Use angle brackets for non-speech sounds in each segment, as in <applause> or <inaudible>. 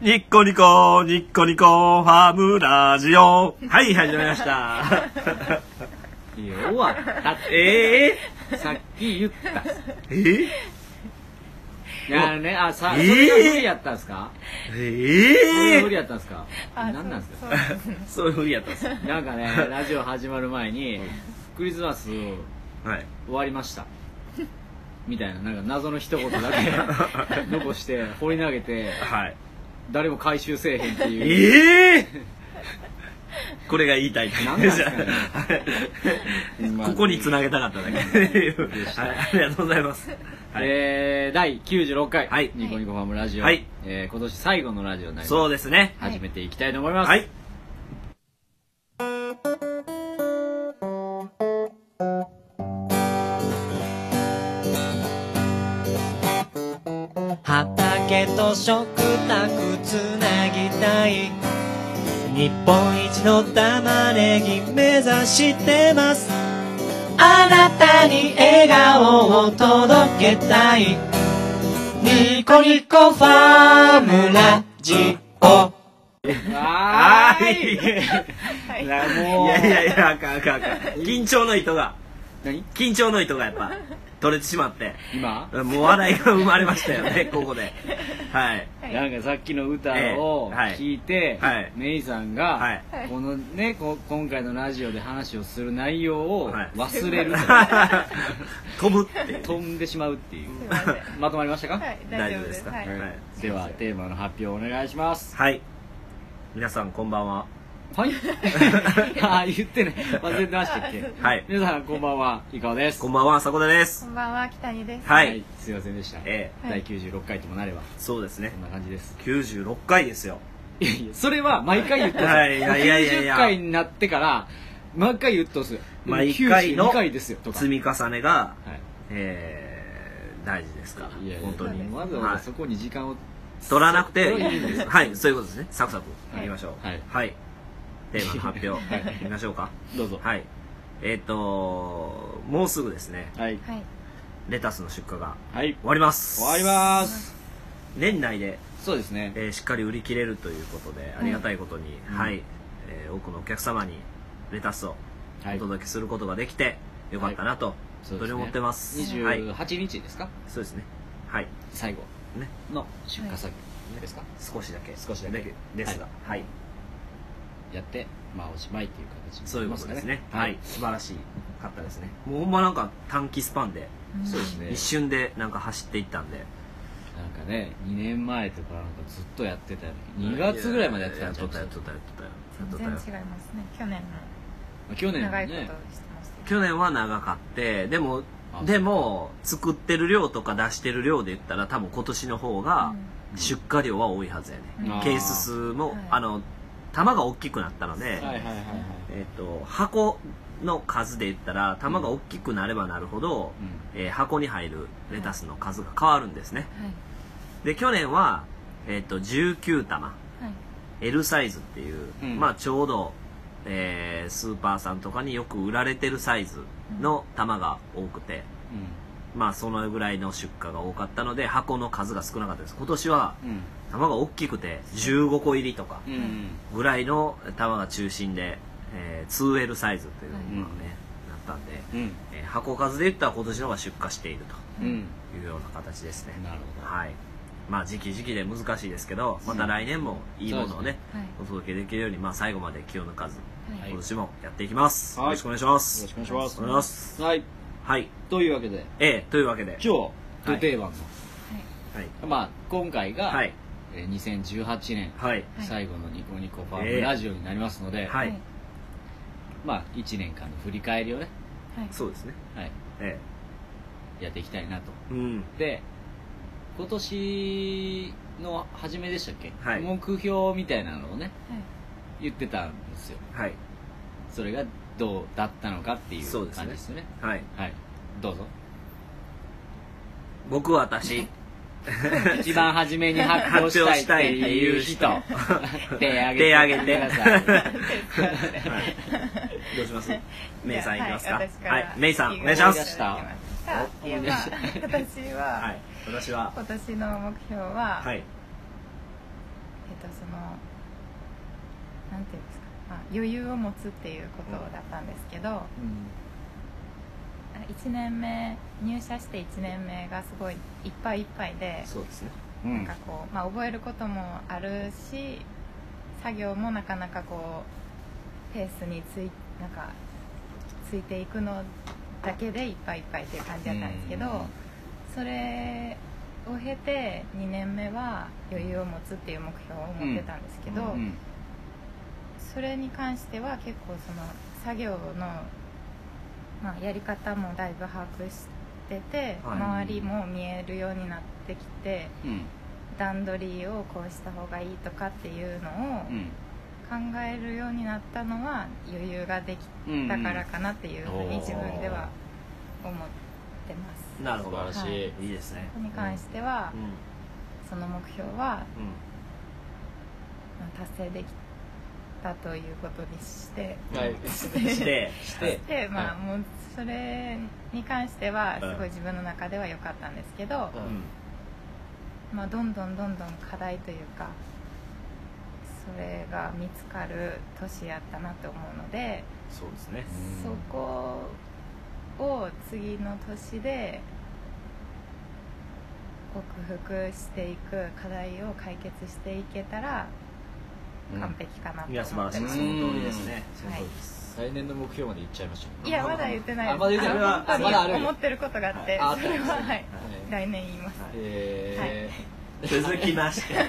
ニッコニコ、ニッコニコ、ハムラジオ。はい、始まりま <laughs> した。いや終わったってええさっき言ったえいやねあさ、えーそれが無理やったんすかそれがえ無理えやったんすかあ何なんですかそうそうですねそういうふうにやったんです。なんかね <laughs> ラジオ始まる前にクリスマス終はい。わりましたみたいななんか謎の一言だ <laughs> け残して放り投げてはい。誰も回収せえへんっていえうえこれが言いたい何なんですかねはいここに繋げたかっただけ。はい、ありがとうございます。はい。えー、第96回、はいニコニコファームラジオ、はいえー今年最後のラジオになりますそうですね。始めていきたいと思います、はい。畑と食卓つなぎたい日本一の玉ねぎ目指してますあなたに笑顔を届けたいニコニコファームラジオわーいはいなもいうやいやいや、あかんあかんあかん。緊張の糸が、何緊張の糸がやっぱ、取れてしまって。今、もう笑いが生まれましたよね、ここで。はい。はいなんかさっきの歌をええはい聞いて、はいメイさんはがい、はいこのねこ今回のラジオで話をする内容をはい忘れる、 <laughs> 飛ぶっていう。 <laughs> 飛んでしまうっていうすいませんはまとまりましたか、い大丈夫です大丈夫ですかはいはいではテーマの発表をお願いしますはい。皆さんこんばんは。はいあー言ってね忘れてましたっけ <laughs> はい。皆さんこんばんはいかがですこんばんは、迫田ですこ。んばんは北にですはいすいませんでした、ええ第96回ともなればそうですねこん。な感じです96回ですよ。いやいやそれは毎回言ってますはいいやいやいやいや90回になってから毎回言っとっすよ毎回の92回ですよとか積み重ねが、はいえー、大事ですから。いやいや本当に。わざわざそこに時間を取らなくてそれはいいんですよはい、そういうことですね。サクサクはいいきましょう。はいテーマの発表、はいいきましょうか。どうぞはい。えっ、ともうすぐですね、はいはいレタスの出荷がはい終わります。終わります年内で、そうですねえーしっかり売り切れるということで、ありがたいことに、うんはい、えー多くのお客様にレタスをはおい届けすることができて、よかったなと、そう本で当すに思ねってます。はい、 28日ですかそうですね。はい、最後ねの出荷作業ですか少しだけ、少しだけでですが、はい、やってまあおしまいっていう形にそういうことですね。ははいい、素晴らしかったですね。もうほんまなんか短期スパンで、うんそうですね一瞬でなんか走っていったんで、なんかね2年前とかなんかずっとやってた2月ぐらいまでやってたんやちっとゃうったやっとったやっとったよ。やっとった全然違よいますね去年まあ去も年も長いこねとしてましたけど去年は長かってでもあでも作ってる量とか出してる量で言ったら多分今年の方が出荷量は多いはずやね、うんあーケース数も、はいあの玉が大きくなったので、はいはいはいはいえっと箱の数で言ったら玉が大きくなればなるほど、えー箱に入るレタスの数が変わるんですねはで去年は、えっと19玉いはい L サイズっていう、うんまあちょうど、えースーパーさんとかによく売られてるサイズの玉が多くて、まあそのぐらいの出荷が多かったので箱の数が少なかったです今年はうんうん玉が大きくて15個入りとかうんうんぐらいの玉が中心で、えー 2L サイズっていうのがね、うんなったんで、うんえー箱数で言ったら今年の方が出荷しているうんというような形ですねなるほどはいまあ時期時期で難しいですけどまた来年もいいものをね、はいお届けできるように、まあ、最後まで気を抜かずははいい今年もやっていきます、はいよろしくお願いしますよろしくお願いしまおす願いしますはいはいというわけでええというわけで今日は土い定番の、はいまあ今回が、はいえー2018年はいはい最後のニコニコファーえムえラジオになりますので、はいはいまあ1年間の振り返りをね、はいそうですねはい、えやっていきたいなとえうんで今年の初めでしたっけ、はい目標みたいなのをねはい言ってたんですよはいそれがどうだったのかっていうそう感ですねじですよねはいはいどう <laughs> ぞ僕は私一番初めに発表したいっていう人手挙手挙げげててくださいどうし <laughs> ますメイさんいきますかはい私からメイさんお願いしま思い出すしたさあ思い出まあした <laughs> 私は、はい私は今年の目標は、はいえっなんていうんですか、まあ、余裕を持つっていうことだったんですけど、1年目入社して1年目がすごいいっぱいいっぱいでそうですねうんなんかこう、まあ、覚えることもあるし作業もなかなかこうペースについなんかついていくのだけでいっぱいいっぱいっていう感じだったんですけど、うんうんうんそれを経て2年目は余裕を持つっていう目標を持ってたんですけど、うんうんそれに関しては結構その作業の、まあ、やり方もだいぶ把握してて、はい周りも見えるようになってきて。うん段取りをこうした方がいいとかっていうのを考えるようになったのは余裕ができうんたからかなっていうふうに自分では思ってます、なるほど素晴らしい、いいですねここに関してはう、んその目標うはんまあ達成できたということにしてはいしてしてでまあはもうそれに関してはうんすごい自分の中では良かったんですけど、うんまあ、どんどんどんどん課題というかそれが見つかる年やったなと思うので、そうですねうんそこを次の年で克服していく課題を解決していけたらうん完璧かなと思っていや素晴らます、しいその通りですねうんはい来年の目標まで行っちゃいましたいやまだ言ってないあまだ言ってないあ本当まだあるに思ってることがあって、はいあそれは、はいはい来年言います、え続きましてー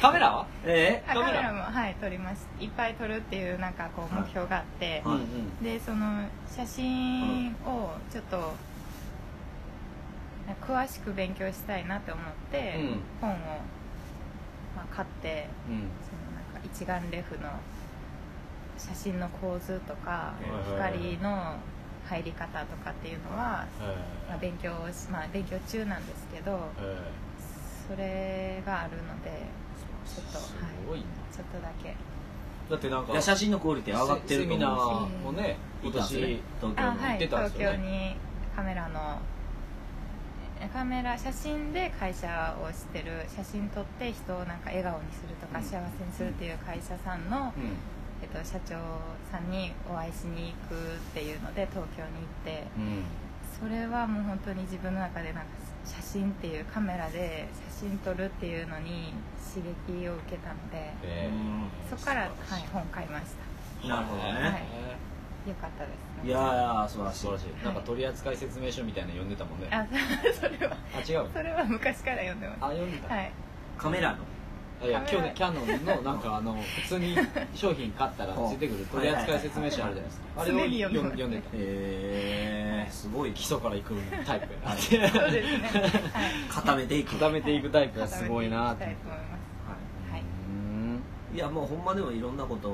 カメラはえあカカメメララもはい撮りますいっぱい撮るっていうなんかこう目標があって、はいでその写真をちょっとなんか詳しく勉強したいなと思って、うん本を、まあ、買ってうんそのなんか一眼レフの写真の構図とかはいはいはい光の入り方とかっていうのは、まあ、勉強をし、まあ、勉強中なんですけどそれがあるのでちょっと、はいす、ごいなちょっとだけだってなんいやか写真のクオリティ上がってるセとミナ思うーもね今しい年たんですよね東京のあはい出たんで東すよね京にカメラのえカメラ写真で会社をしてる写真撮って人をなんか笑顔にするとかうん幸せにするっていう会社さんの、うんえっと、社長さんにお会いしに行くっていうので東京に行ってうんそれはもう本当に自分の中でなんか写真っていうカメラで写真撮るっていうのに刺激を受けたのでえーそこから、はい素晴し、本買いましたなるほどね、はいよかったですい、やー素晴らしい素晴らしいなんか取扱説明書みたいなの読んでたもんねああ <laughs> それは違うそれは昔から読んでますあ読んだはい、カメラのいやカ今日メラねキャノンのなんかあの普通に商品買ったら出てくる取扱説明書あるじゃないです <laughs> かあれを常に読読むん読んでたえー、すごい基礎からいくタイプやなそうですね。はい。固めていく固めていくタイプがすごいなっ。ってていと思います。はいうーんいやもうほんまでもいろんなこと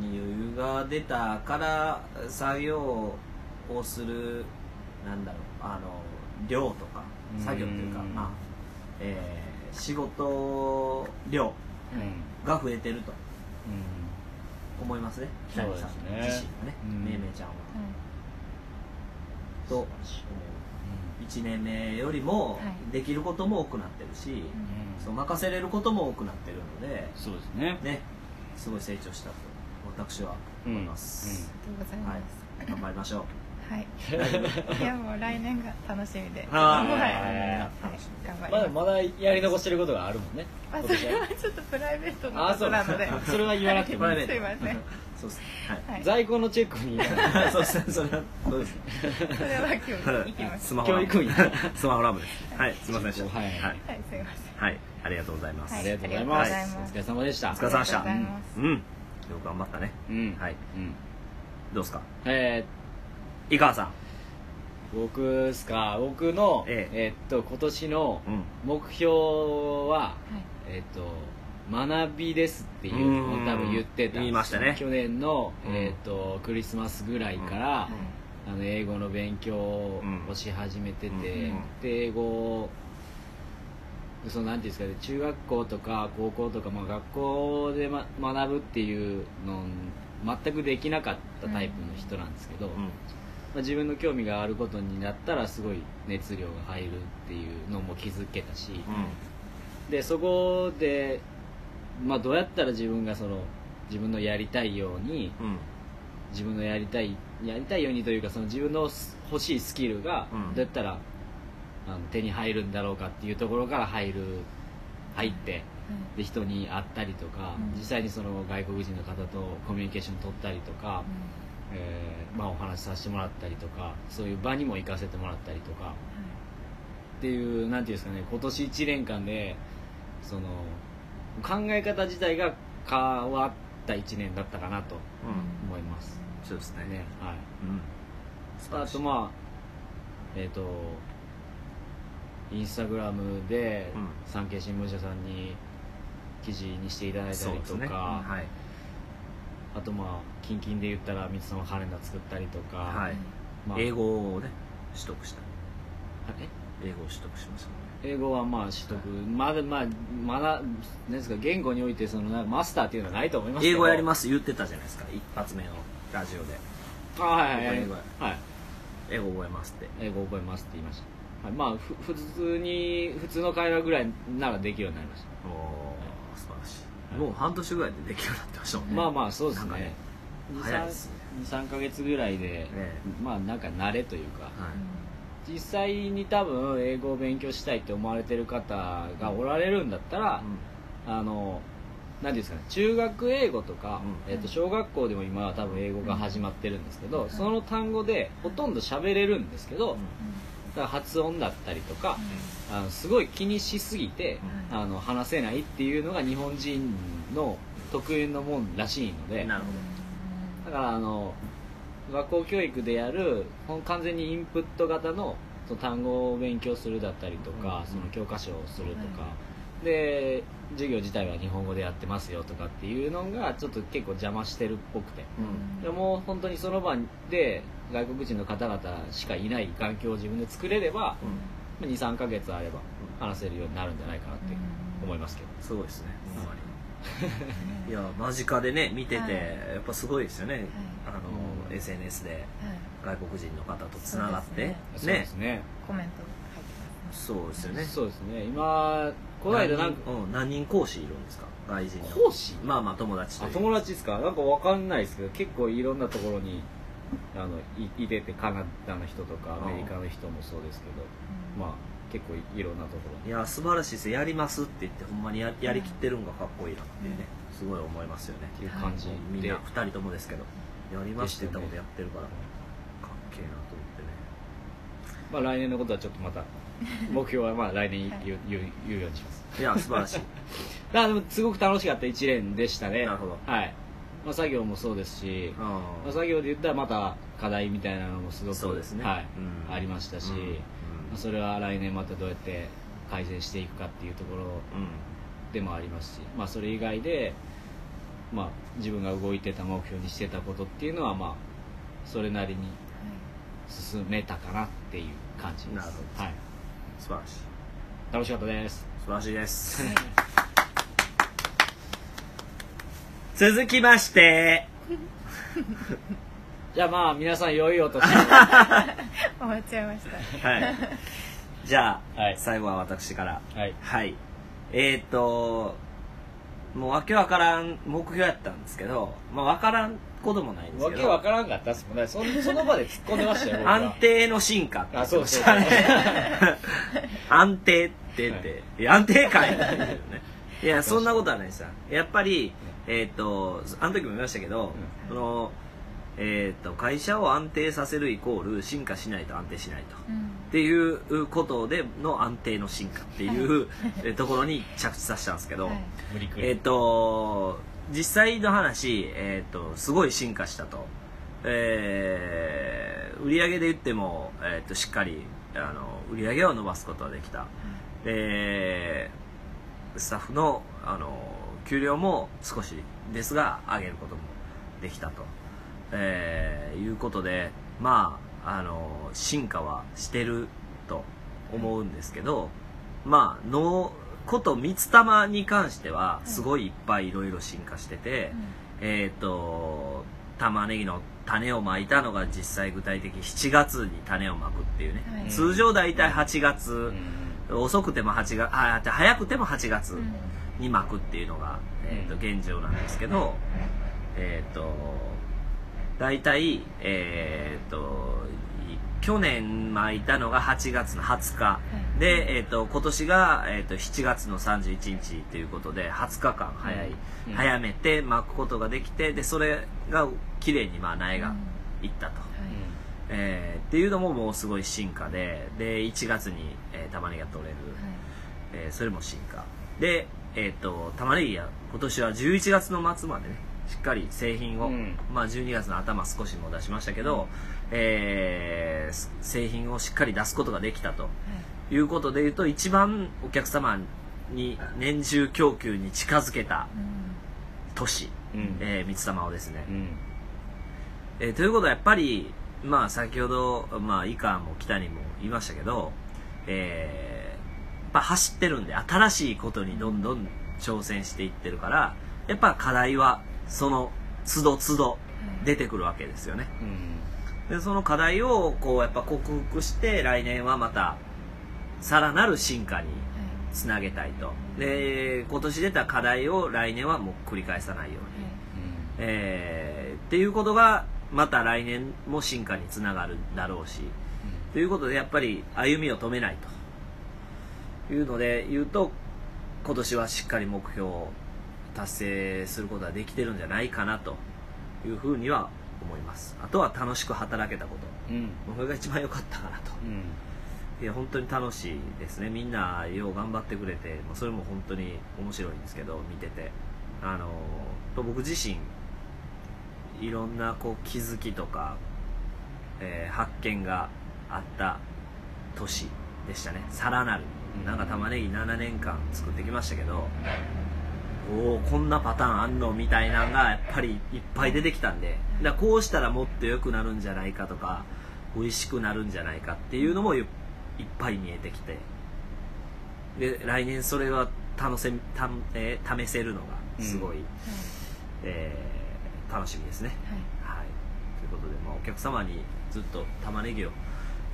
に余裕が出たから作業をするなんだろうあの量とかうん作業というかまあ、えー仕事量うんが増えてるとう思いますねそうで北谷すねさん自身がね、うんめいめいちゃんは、と思うん1年目よりもはいできることも多くなってるし、そう任せれることも多くなってるのでそうですねねすごい成長したと私は思います、ありがとうごはい頑張ざいます。りましょうはい。いやもう来年が楽しみで。 <laughs> はいはい。楽し頑張まりまだす。まだやり残してることがあるもんねあ、それはちょっとプライベートのあこそとうな <laughs> ので。はそれは言わなくてもいいプライすベいーません。そうですねはいはい。在庫のチェックにそうですねそれはそうですねそれは今日行きます。スマホラ教育ム員スマホラムですはいすいませんでしたははいい、はい、すいません。はいありがとうございます、はあいりがとうございますありがとうございますお疲れ様でしたお疲れ様でしたありがとうございまうすんよく頑張ったねうんはいうんどうですかえ井川さんー僕っすか僕のええーっと今年のうん目標ははい。えっと学びですっていうのを多分言ってうんたんですよ言いましたね去年の、うんえっとクリスマスぐらいから、あの英語の勉強をうんし始めてて、うんで英語をそのなんていうんですかね中学校とか高校とか、まあ、学校で、ま、学ぶっていうの全くできなかったタイプの人なんですけど、うまんあ、自分の興味があることになったらすごい熱量が入るっていうのも気づけたし、うでそこでまあ、どうやったら自分がその自分のやりたいようにうん自分のやりたいやりたいようにというかその自分のす欲しいスキルがうんどうやったら、あの手に入るんだろうかっていうところから入る入ってで人に会ったりとか、うん実際にその外国人の方とコミュニケーション取ったりとか、えーまあ、お話しさせてもらったりとかそういう場にも行かせてもらったりとかっていうなんていうんですかね今年1年間でその考え方自体が変わった1年だったかなとうん思います。そうですねねはいうんあとまあえっ、とインスタグラムでうん産経新聞社さんに記事にしていただいたそうりですとねか、はいあとまあキンキンで言ったら三つ様カレンダー作ったりとか、はいまあ英語をね取得したえ英語を取得しましたね英語はまあ取得まだまあまだなんですか言語においてそのなんかマスターっていうのはないと思いますけど英語やりますす言ってたじゃないですか一発目のラジオであはいはい英語はやい、はい、英語覚えますって英語覚えますって言いました、はい、まあふ普通に普通の会話ぐらいならできるようになりましたおお素晴らしいもう半年ぐらいでできるようになってましたもんねまあまあそうですなんかねね早いですね23か月ぐらいで、えまあなんか慣れというかはい実際に多分英語を勉強したいって思われてる方がおられるんだったら、あの何ていうんですかね中学英語とか、うんえっと小学校でも今は多分英語が始まってるんですけど、うんその単語でほとんど喋れるんですけど、うんだから発音だったりとか、あのすごい気にしすぎて、うんあの話せないっていうのが日本人の特有のもんらしいので。なるほだからあの学校教育でやるほん完全にインプット型のその単語を勉強するだったりとか、うんその教科書をするとか、はで授業自体は日本語でやってますよとかっていうのがちょっと結構邪魔してるっぽくてどでもう本当にその場で外国人の方々しかいない環境を自分で作れればうん23ヶ月あれば話せるようになるんじゃないかなって思いますけど、すごいですねほんまにいや間近でね見てはいてやっぱすごいですよねあうのん SNS で外国人の方とつながってそうでねすねコメント入ってますそうですよねそうですね今この間なんか何人うん何人講師いるんですか外人の講師まあまあ友達とあいう友達ですかなんかわかんないですけど結構いろんなところにあのいいててカナダの人とかうんアメリカの人もそうですけど、まあ結構いいろんなとこいや素晴らしいですやりますって言ってほんまにややりきってるんがかっこいいなってね、すごい思いますよねろにっていう感じもうみんで、な2人ともですけどやりますって言ったことやってるから、かっけえなと思ってねまあ、来年のことはちょっと <laughs> また目標はまあ来年言う言う言うようにしますいや素晴らし <laughs> いだからでもすごく楽しかった1年でしたねなるほどはい、まあ、作業もそうですし、あまあ、作業で言ったらまた課題みたいなのもすごあくそうですね、はいうんありましたし、うんうんまあそれは来年またどうやって改善していくかっていうところでもありますし、まあ、それ以外で、まあ、自分が動いてた目標にしてたことっていうのは、まあ、それなりに進めたかなっていう感じですなるほどはい、素晴らしい楽しかったです素晴らしいです、はい続きましてじゃあまあ皆さん良いお <laughs> 年を終わっちゃいました <laughs> はいじゃあ、はい最後は私からはいはいえーっ、ともう訳わからん目標やったんですけどまあわからんこともないんですわけどけわからんかったっすもんねそその場で突っ込んでましたよ僕は安定の進化って言あってそうまそしうたね <laughs> 安定って言って、いや安定かいっていう <laughs> ねいやそんなことはないですよやっぱりえーっ、とあの時も言いましたけど、うそのえーっ、と会社を安定させるイコール進化しないと安定しないと、っていうことでの安定の進化っていうえところに着地させたんですけど、無理くりえっ、と実際の話、えっとすごい進化したと、えー売上で言っても、えっとしっかりあの売上を伸ばすことができた、えースタッフのあの給料も少しですが上げることもできたと、えーいうことでまああの進化はしてると思うんですけど、まあのこと三つ玉に関してはすごいいっぱいいろいろ進化してて、えっ、と玉ねぎの種をまいたのが実際具体的に7月に種をまくっていうね、はい通常大体8月、うん遅くても8月ああじゃあ早くても8月うんに巻くっていうのが、えー、と現状なんですけどえっ、ー、と大体えっ、と去年巻いたのが8月の20日、で、えー、と今年が、えー、と7月の31日ということで20日間早い、うん早めて巻くことができてでそれが綺麗にまあ苗がいったと、えーっていうのももうすごい進化でで1月に、えー玉ねぎが取れる、えーそれも進化で、えー、と玉ねぎは今年は11月の末までねしっかり製品を、うんまあ、12月の頭少しも出しましたけど、えーす製品をしっかり出すことができたということでいうと一番お客様に年中供給に近づけた都市、うんえー三つ玉をですね、うんえーということはやっぱり、まあ、先ほど、まあ、以下も北にも言いましたけど、えーやっぱ走ってるんで新しいことにどんどん挑戦していってるからやっぱ課題はその都度都度出てくるわけですよねうんでその課題をこうやっぱ克服して来年はまたさらなる進化につなげたいとで今年出た課題を来年はもう繰り返さないようにえーっていうことがまた来年も進化につながるだろうしということでやっぱり歩みを止めないというので言うと今年はしっかり目標を達成することができてるんじゃないかなというふうには思いますあとは楽しく働けたこうんうんとこれが一番良かったかなとうんいや本当に楽しいですねみんなよう頑張ってくれてもうそれも本当に面白いんですけど見ててあのと僕自身いろんなこう気づきとか、えー発見があった年でしたねさらなるうんなんか玉ねぎ7年間作ってきましたけどおおこんなパターンあんのみたいなのがやっぱりいっぱい出てきたんでだからこうしたらもっと良くなるんじゃないかとか美味しくなるんじゃないかっていうのもいっぱい見えてきてで来年それは楽せた、えー試せるのがすごい、えー楽しみですね、はい、ということで、まあ、お客様にずっと玉ねぎを、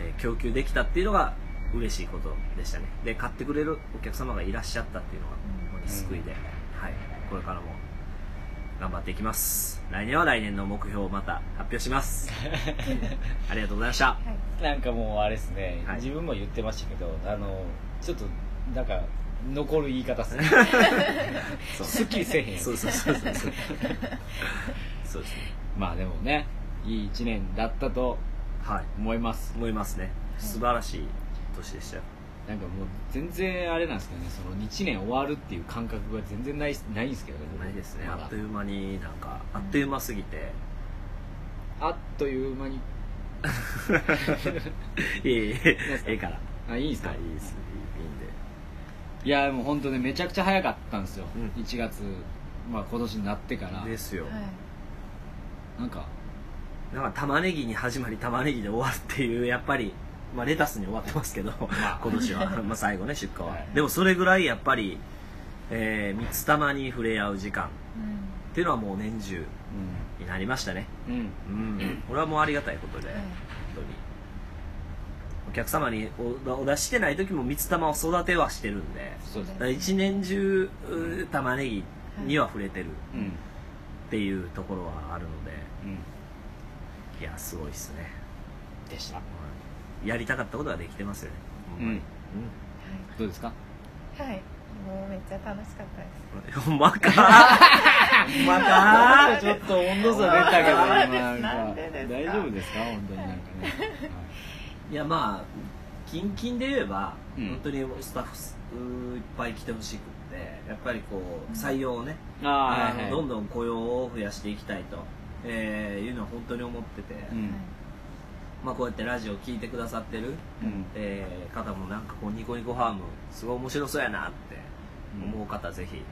えー供給できたっていうのが嬉しいことでしたねで買ってくれるお客様がいらっしゃったっていうのが本当に救いで、はい、これからも頑張っていきます来年は来年の目標をまた発表しますありがとうございましたなんかもうあれですね、はい自分も言ってましたけどあのちょっとなんか残る言い方っすね <laughs> そうすっきりせえへんやんそうそうそうそうそうそうですねまあでもねいい一年だったとはい思います思いますね素晴らしい年でしたよなんかもう全然あれなんですけどねその1年終わるっていう感覚が全然ないないんですけどね僕ないですねまだあっという間になんかあっという間すぎてあっという間にいえいえええからあいいんですか、はいい、いいですいいんでやもう本当ねめちゃくちゃ早かったんですよ、うん1月、まあ、今年になってからですよ、なんかなんか玉ねぎに始まり玉ねぎで終わるっていうやっぱり、まあ、レタスに終わってますけど、あ今年は <laughs> まあ最後ね出荷は、はいでもそれぐらいやっぱり、えー、三つ玉に触れ合う時間っていうのはもう年中になりましたねうんうんうんこれはもうありがたいことで、本当にお客様におお出ししてない時も三つ玉を育てはしてるんでそうですだねから一年中うー玉ねぎには触れてるうんっていうところはあるのでうんいやすごいっすねでしたやりたかったことができてますよねほんまにどうですかはいもうめっちゃ楽しかったですうんほんまかほんまかちょっと温度差出たけど今ななんんでですかか大丈夫ですか本当になんかね、いやまあキンキンで言えば、うん本当にスタッフうーいっぱい来てほしくってやっぱりこう採用をね、あああのはいどんどどん雇用を増やしていきたいと、えーいうのは本当に思ってて、うんまあ、こうやってラジオを聞いてくださってる、うんえー方もなんかこうニコニコハームすごい面白そうやなって思う方ぜひ、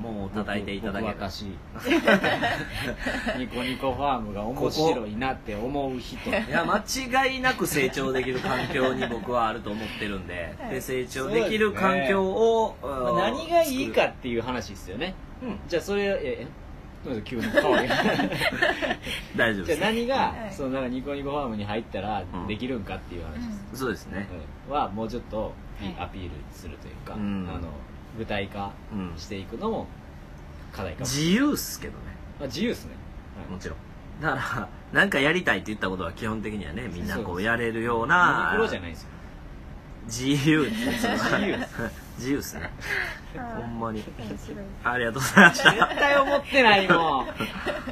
もう叩いていただけ僕たら <laughs> 私ニコニコファームが面白いなって思う人いや間違いなく成長できる環境に僕はあると思ってるん <laughs> ではいで成長できる環境を、まあうん何がいいかっていう話ですよね作るうんじゃあそれえどうぞ急に変わり大丈夫でじゃあす何はがいそのなんかニコニコファームに入ったらうんできるんかっていう話です、そうですねうんはもうちょっとピはいアピールするというか、うんあの具体化うんしていくのも課題かも、自由っすけどねまあ、自由ですね、はいもちろんだからなんかやりたいって言ったことは基本的にはねみんなそこううですやれるようユなニクロじゃないですよ自由です自由自由っすねほんまに面白いありがとうございました絶対思ってないもん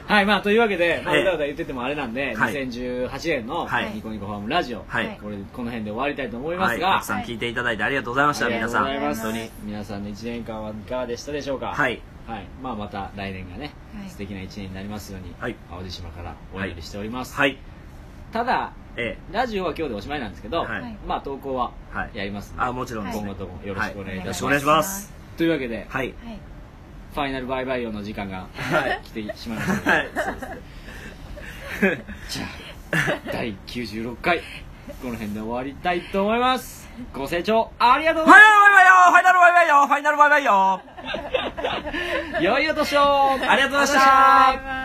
はいまあというわけで、まあ、ええうだうだ言っててもあれなんで、はい2018年のはいニコニコファームラジオ、はいこれこの辺で終わりたいと思いまはすいが、たくさん聞いていただいてありがとうございましたありが皆とうさございまんす本当に皆さんの1年間はいかがでしたでしょうかはいはいまあ、また来年がね、はい素敵な1年になりますように、はい青島からお祈りしております、はいただえラジオは今日でおしまいなんですけど、はいまあ投稿ははいやりますので、あもちろんですね今後ともよろしくお願いいたしおます、願いしますというわけで、はいはいファイナルバイバイ用の時間がはい来てしまいましたのは <laughs> でいそうですねじゃあ第96回この辺で終わりたいと思いますご清聴ありがとうフごァざいイナルバイバイよファイナルバイバイよファイナルバイバイよます良いお年をありがとうございましたバイバイ